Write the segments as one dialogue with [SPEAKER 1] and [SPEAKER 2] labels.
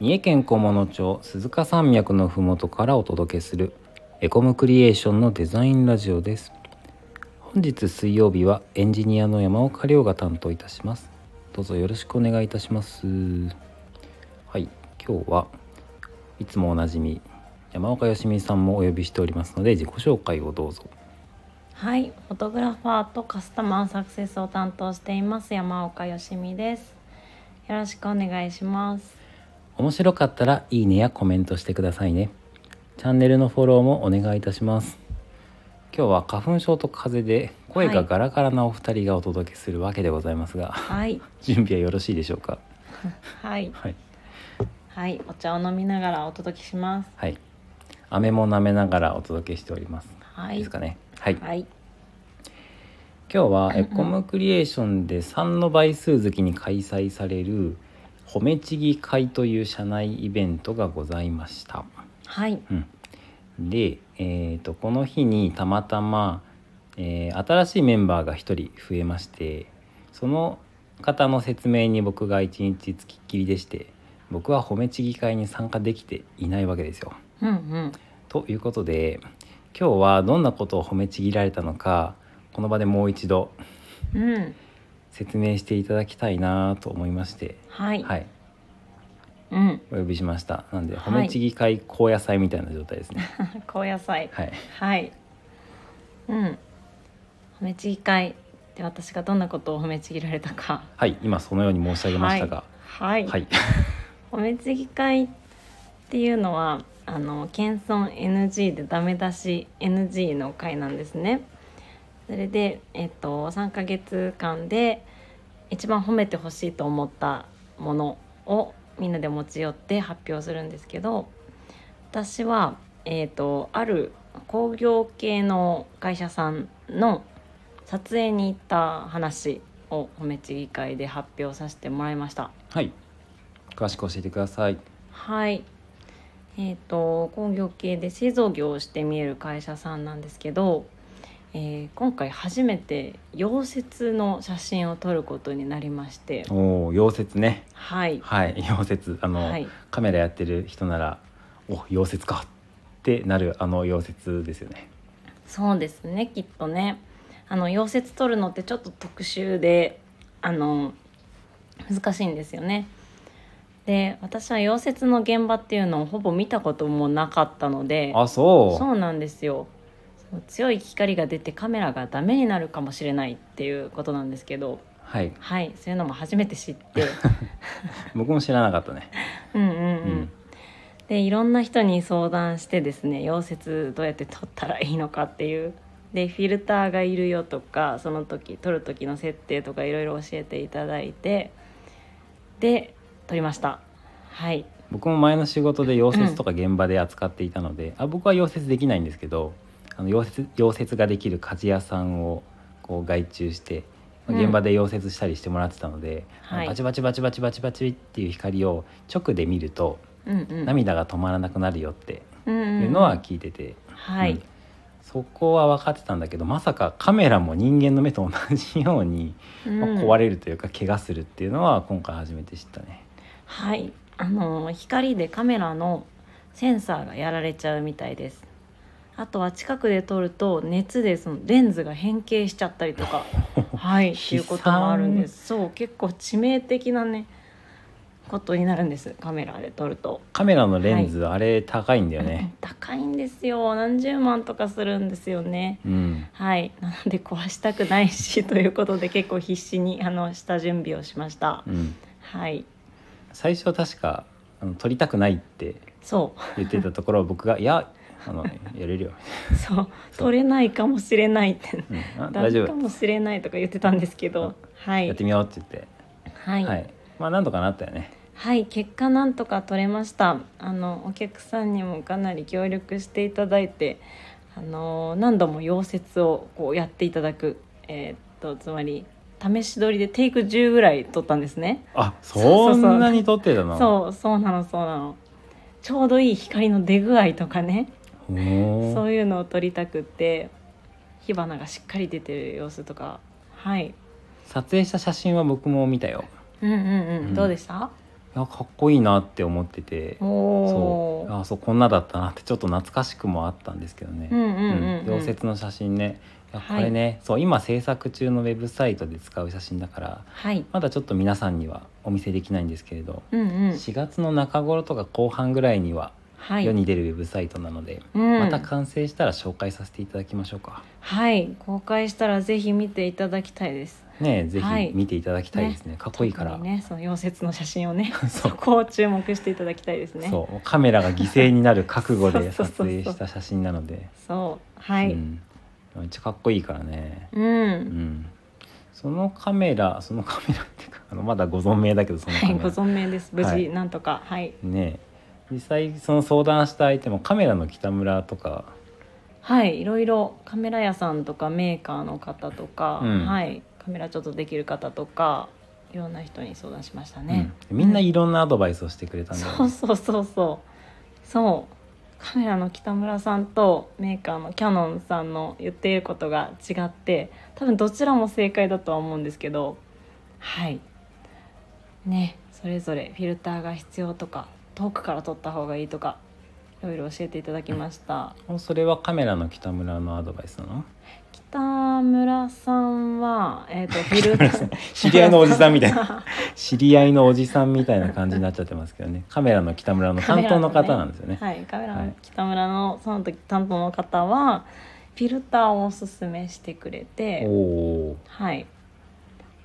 [SPEAKER 1] 三重県小物町鈴鹿山脈のふもとからお届けするエコムクリエーションのデザインラジオです本日水曜日はエンジニアの山岡亮が担当いたしますどうぞよろしくお願いいたしますはい今日はいつもおなじみ山岡よしみさんもお呼びしておりますので自己紹介をどうぞ
[SPEAKER 2] はい、フォトグラファーとカスタマーサクセスを担当しています山岡よしみです。よろしくお願いします。
[SPEAKER 1] 面白かったらいいねやコメントしてくださいねチャンネルのフォローもお願いいたします今日は花粉症と風邪で声が
[SPEAKER 2] はい
[SPEAKER 1] ガラガラなお二人がお届けするわけでございますが、
[SPEAKER 2] はい、
[SPEAKER 1] 準備はよろしいでしょうか
[SPEAKER 2] はい、
[SPEAKER 1] はい、
[SPEAKER 2] はい、お茶を飲みながらお届けします。
[SPEAKER 1] はい、雨も舐めながらお届けしております、、
[SPEAKER 2] はい
[SPEAKER 1] い
[SPEAKER 2] い
[SPEAKER 1] です、かねはい、
[SPEAKER 2] はい、
[SPEAKER 1] 今日は
[SPEAKER 2] うんう
[SPEAKER 1] エ
[SPEAKER 2] ん
[SPEAKER 1] コムクリエーションで3の倍数月に開催される褒めちぎ会という社内イベントがございました
[SPEAKER 2] はい、
[SPEAKER 1] うん、で、えー、とこの日にたまたま、えー新しいメンバーが1人増えましてその方の説明に僕が一日つきっきりでして僕は褒めちぎ会に参加できていないわけですよ。
[SPEAKER 2] うんうん、
[SPEAKER 1] ということで今日はどんなことを褒めちぎられたのかこの場でもう一度
[SPEAKER 2] うん、
[SPEAKER 1] 説明していただきたいなと思いまして、
[SPEAKER 2] はい、
[SPEAKER 1] はい、
[SPEAKER 2] うん、
[SPEAKER 1] お呼びしました。なんで
[SPEAKER 2] は
[SPEAKER 1] 褒
[SPEAKER 2] い
[SPEAKER 1] めちぎ会高野菜みたいな状態ですね。
[SPEAKER 2] 高野菜、
[SPEAKER 1] はい
[SPEAKER 2] はい、うん、褒めちぎ会で私がどんなことを褒めちぎられたか。
[SPEAKER 1] はい、今そのように申し上げましたが、
[SPEAKER 2] はい、はい
[SPEAKER 1] はい、
[SPEAKER 2] 褒めちぎ会っていうのはあの謙遜 NG でダメ出し NG の会なんですね。それで、えっと、3ヶ月間で一番褒めてほしいと思ったものをみんなで持ち寄って発表するんですけど私は、えっと、ある工業系の会社さんの撮影に行った話を褒めちぎ会で発表させてもらいました。
[SPEAKER 1] はい。詳しく教えてください。
[SPEAKER 2] はい。えー、と工業系で製造業をして見える会社さんなんですけど、えー今回初めて溶接の写真を撮ることになりまして
[SPEAKER 1] おお、溶接ね。
[SPEAKER 2] はい、
[SPEAKER 1] はい、 溶接、あの、
[SPEAKER 2] はい、
[SPEAKER 1] カメラやってる人なら、お、溶接かってなるあの溶接ですよね。
[SPEAKER 2] そうですねきっとねあの溶接撮るのってちょっと特殊であの難しいんですよね。で私は溶接の現場っていうのをほぼ見たこともなかったので
[SPEAKER 1] あ、そう。
[SPEAKER 2] そうなんですよその強い光が出てカメラがダメになるかもしれないっていうことなんですけど
[SPEAKER 1] はい、
[SPEAKER 2] はいそういうのも初めて知って
[SPEAKER 1] 僕も知らなかったね。
[SPEAKER 2] うんうんうん、
[SPEAKER 1] うん
[SPEAKER 2] でいろんな人に相談してですね溶接どうやって撮ったらいいのかっていうでフィルターがいるよとかその時撮る時の設定とかいろいろ教えていただいてで撮りましたはい
[SPEAKER 1] 僕も前の仕事で溶接とか現場で扱っていたので、あ、僕は溶接できないんですけど。あの溶接、溶接ができる鍛冶屋さんを、こう外注して。
[SPEAKER 2] うん
[SPEAKER 1] 現場で溶接したりしてもらってたので、
[SPEAKER 2] はい
[SPEAKER 1] バチバチバチバチバチバチっていう光を直で見ると
[SPEAKER 2] うんうん
[SPEAKER 1] 涙が止まらなくなるよって
[SPEAKER 2] うんうん
[SPEAKER 1] いうのは聞いてて、
[SPEAKER 2] はい、
[SPEAKER 1] うんそこは分かってたんだけどまさかカメラも人間の目と同じように、まあ
[SPEAKER 2] うん
[SPEAKER 1] 壊れるというか怪我するっていうのは今回初めて知ったね。
[SPEAKER 2] はい、あの光でカメラのセンサーがやられちゃうみたいです。あとは近くで撮ると熱でそのレンズが変形しちゃったりとか、はい、っていうこともあるんです。そう、結構致命的なねことになるんです。カメラで撮ると。
[SPEAKER 1] カメラのレンズ、あれ高いんだよ
[SPEAKER 2] うん
[SPEAKER 1] ね。
[SPEAKER 2] 高いんですよ。何十万とかするんですよね。
[SPEAKER 1] うん、
[SPEAKER 2] はい、なので壊したくないしということで結構必死にあの下準備をしました
[SPEAKER 1] う。ん、
[SPEAKER 2] はい、
[SPEAKER 1] 最初確かあの撮りたくないって
[SPEAKER 2] そう。
[SPEAKER 1] 言ってたところ僕が「いやあのやれるよ
[SPEAKER 2] そう取れないかもしれないって、」
[SPEAKER 1] うんあ
[SPEAKER 2] ダメ
[SPEAKER 1] 大丈
[SPEAKER 2] か
[SPEAKER 1] 夫
[SPEAKER 2] もしれないとか言ってたんですけど、はい
[SPEAKER 1] やってみよう」って言って、
[SPEAKER 2] はい
[SPEAKER 1] は
[SPEAKER 2] はいい、
[SPEAKER 1] まあなんとかなったよね。
[SPEAKER 2] 結果なんとか取れましたあのお客さんにもかなり協力していただいてあの何度も溶接をこうやっていただくえーっとつまり試し撮りでテイク10ぐらい取ったんですね
[SPEAKER 1] あ
[SPEAKER 2] う
[SPEAKER 1] そ
[SPEAKER 2] そうん
[SPEAKER 1] なに撮ってたの
[SPEAKER 2] そうそうなのそうなのちょうどいい光の出具合とかね
[SPEAKER 1] ほー
[SPEAKER 2] そういうのを撮りたくって火花がしっかり出てる様子とかはい
[SPEAKER 1] 撮影した写真は僕も見たよ
[SPEAKER 2] うんうんうん、
[SPEAKER 1] うん
[SPEAKER 2] どうでした？
[SPEAKER 1] あかっこいいなって思ってて
[SPEAKER 2] お
[SPEAKER 1] そう
[SPEAKER 2] お
[SPEAKER 1] あそうこんなだったなってちょっと懐かしくもあったんですけどね、
[SPEAKER 2] うんうん
[SPEAKER 1] うん
[SPEAKER 2] うんうん
[SPEAKER 1] 溶接の写真ねいや
[SPEAKER 2] は
[SPEAKER 1] こ
[SPEAKER 2] い
[SPEAKER 1] れね、そう今制作中のウェブサイトで使う写真だから
[SPEAKER 2] はい
[SPEAKER 1] まだちょっと皆さんにはお見せできないんですけれど、
[SPEAKER 2] うんうん
[SPEAKER 1] 4月の中頃とか後半ぐらいには
[SPEAKER 2] はい
[SPEAKER 1] 世に出るウェブサイトなので、
[SPEAKER 2] うん
[SPEAKER 1] また完成したら紹介させていただきましょうか。
[SPEAKER 2] はい公開したらぜひ見ていただきたいです
[SPEAKER 1] ねえぜひ
[SPEAKER 2] はい
[SPEAKER 1] 見ていただきたいですね、かっこいいから、
[SPEAKER 2] 特にねその溶接の写真をね
[SPEAKER 1] そ
[SPEAKER 2] そうこを注目していただきたいですねそう
[SPEAKER 1] そうカメラが犠牲になる覚悟で
[SPEAKER 2] そう
[SPEAKER 1] 撮
[SPEAKER 2] そうそうそう
[SPEAKER 1] 影した写真なので
[SPEAKER 2] はい、う
[SPEAKER 1] うんん、めっちゃかっこいいからね、うん、そのカメラそのカメラっていうかあのまだご存命だけどそのカ
[SPEAKER 2] はい
[SPEAKER 1] メ
[SPEAKER 2] ご
[SPEAKER 1] ラ、
[SPEAKER 2] 存命です無事、
[SPEAKER 1] はい
[SPEAKER 2] なんとかはい
[SPEAKER 1] ねえ実際その相談した相手もカメラの北村とか
[SPEAKER 2] はいいろいろカメラ屋さんとかメーカーの方とか、
[SPEAKER 1] うん
[SPEAKER 2] はいカメラちょっとできる方とかいろんな人に相談しましたね、
[SPEAKER 1] うん、みんないろんなアドバイスをしてくれたんだよね
[SPEAKER 2] そうそうそうそうそうカメラの北村さんとメーカーのキヤノンさんの言っていることが違って多分どちらも正解だとは思うんですけどはいねそれぞれフィルターが必要とか遠くから撮った方がいいとかいろいろ教えていただきました、
[SPEAKER 1] もうそれはカメラの北村のアドバイスなの
[SPEAKER 2] 北村さんは、えー、とフィルター
[SPEAKER 1] 知り合いのおじさんみたい
[SPEAKER 2] な
[SPEAKER 1] 知り合いのおじさんみたいな感じになっちゃってますけどねカメラの北村の担当の方なんですよね
[SPEAKER 2] はい、カメラ
[SPEAKER 1] は
[SPEAKER 2] の
[SPEAKER 1] い
[SPEAKER 2] 北村のその時担当の方はフィルターをおすすめしてくれ
[SPEAKER 1] お
[SPEAKER 2] て、
[SPEAKER 1] お
[SPEAKER 2] はい、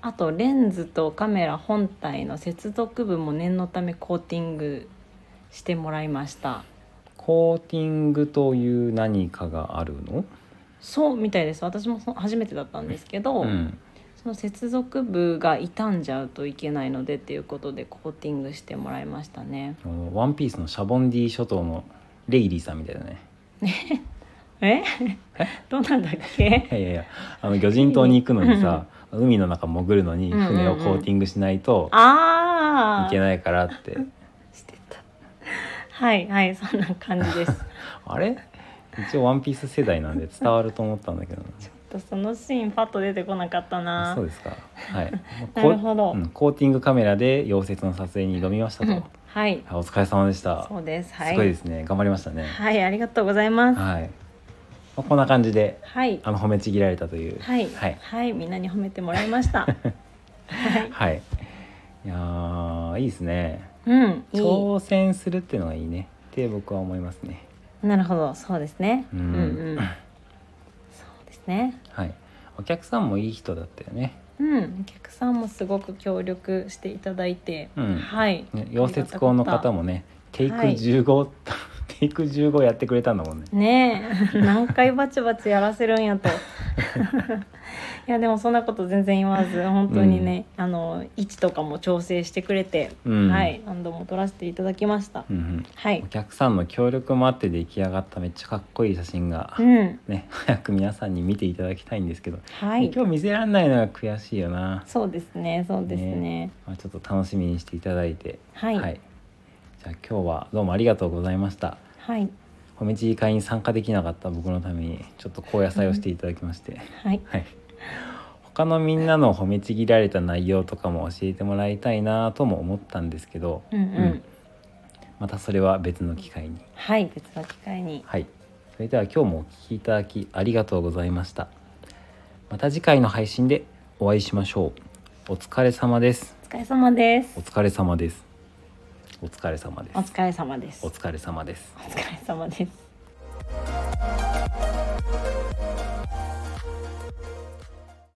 [SPEAKER 2] あとレンズとカメラ本体の接続部も念のためコーティングしてもらいました
[SPEAKER 1] コーティングという何かがあるの、
[SPEAKER 2] そうみたいです私もそ初めてだったんですけど、
[SPEAKER 1] うん、
[SPEAKER 2] その接続部が傷んじゃうといけないのでっていうことでコーティングしてもらいましたね
[SPEAKER 1] あのワンピースのシャボンディ諸島のレイリーさんみたいだね
[SPEAKER 2] え どうなんだっけ
[SPEAKER 1] いやいやいやあの魚人島に行くのにさ海の中潜るのに
[SPEAKER 2] うんうんうん
[SPEAKER 1] 船をコーティングしないと
[SPEAKER 2] ああ
[SPEAKER 1] いけないからって、
[SPEAKER 2] してたはいはいそんな感じです
[SPEAKER 1] あれ一応ワンピース世代なんで伝わると思ったんだけどな
[SPEAKER 2] ちょっとそのシーンパッと出てこなかった
[SPEAKER 1] あ
[SPEAKER 2] な
[SPEAKER 1] そうですか。はい。
[SPEAKER 2] なるほど
[SPEAKER 1] こううんコーティングカメラで溶接の撮影に挑みましたと。
[SPEAKER 2] はい
[SPEAKER 1] あお疲れ様でした。
[SPEAKER 2] そうですはい
[SPEAKER 1] すごいですね。頑張りましたね。
[SPEAKER 2] はいありがとうございます
[SPEAKER 1] はい。まあこんな感じで、
[SPEAKER 2] はい
[SPEAKER 1] あの褒めちぎられたという。
[SPEAKER 2] はい
[SPEAKER 1] はい。
[SPEAKER 2] みんなに褒めてもらいま したはい
[SPEAKER 1] はい。いやーいいですね。
[SPEAKER 2] うんいい
[SPEAKER 1] 挑戦するっていうのがいいね。って僕は思いますね。
[SPEAKER 2] なるほどそうですね
[SPEAKER 1] う
[SPEAKER 2] うんんうんそうですね
[SPEAKER 1] はい。お客さんもいい人だったよね。
[SPEAKER 2] うんお客さんもすごく協力していただいて、
[SPEAKER 1] うん
[SPEAKER 2] はい
[SPEAKER 1] ね溶接工の方
[SPEAKER 2] も
[SPEAKER 1] もね、テイク
[SPEAKER 2] はい
[SPEAKER 1] 15、テイ ク15やってくれたんだもんね。
[SPEAKER 2] ねえ 何回バチバチやらせるんやと いやでもそんなこと全然言わず本当にね、あの位置とかも調整してくれて、
[SPEAKER 1] うん
[SPEAKER 2] はい何度も撮らせていただきました、
[SPEAKER 1] うんうん。
[SPEAKER 2] はい
[SPEAKER 1] お客さんの協力もあって出来上がっためっちゃかっこいい写真が、
[SPEAKER 2] うん
[SPEAKER 1] ね早く皆さんに見ていただきたいんですけど、
[SPEAKER 2] はい
[SPEAKER 1] 今日見せられないのが悔しいよな、
[SPEAKER 2] そうですねそうですね
[SPEAKER 1] まあ、ちょっと楽しみにしていただいて
[SPEAKER 2] はいはい、
[SPEAKER 1] じゃあ今日はどうもありがとうございました
[SPEAKER 2] はい
[SPEAKER 1] 褒めちぎ会に参加できなかった僕のためにちょっと高野菜をしていただきま して、はい他のみんなの褒めちぎられた内容とかも教えてもらいたいなとも思ったんですけど、
[SPEAKER 2] うんうん、
[SPEAKER 1] うんまたそれは別の機会に
[SPEAKER 2] はい別の機会に
[SPEAKER 1] はい。それでは今日もお聞きいただきありがとうございました。また次回の配信でお会いしましょう。お疲れ様です。
[SPEAKER 2] お疲れ様です
[SPEAKER 1] お疲れ様です。お疲れ様で
[SPEAKER 2] お
[SPEAKER 1] す。
[SPEAKER 2] 疲れ様です
[SPEAKER 1] お
[SPEAKER 2] お
[SPEAKER 1] 疲れ様です。
[SPEAKER 2] 疲れ様です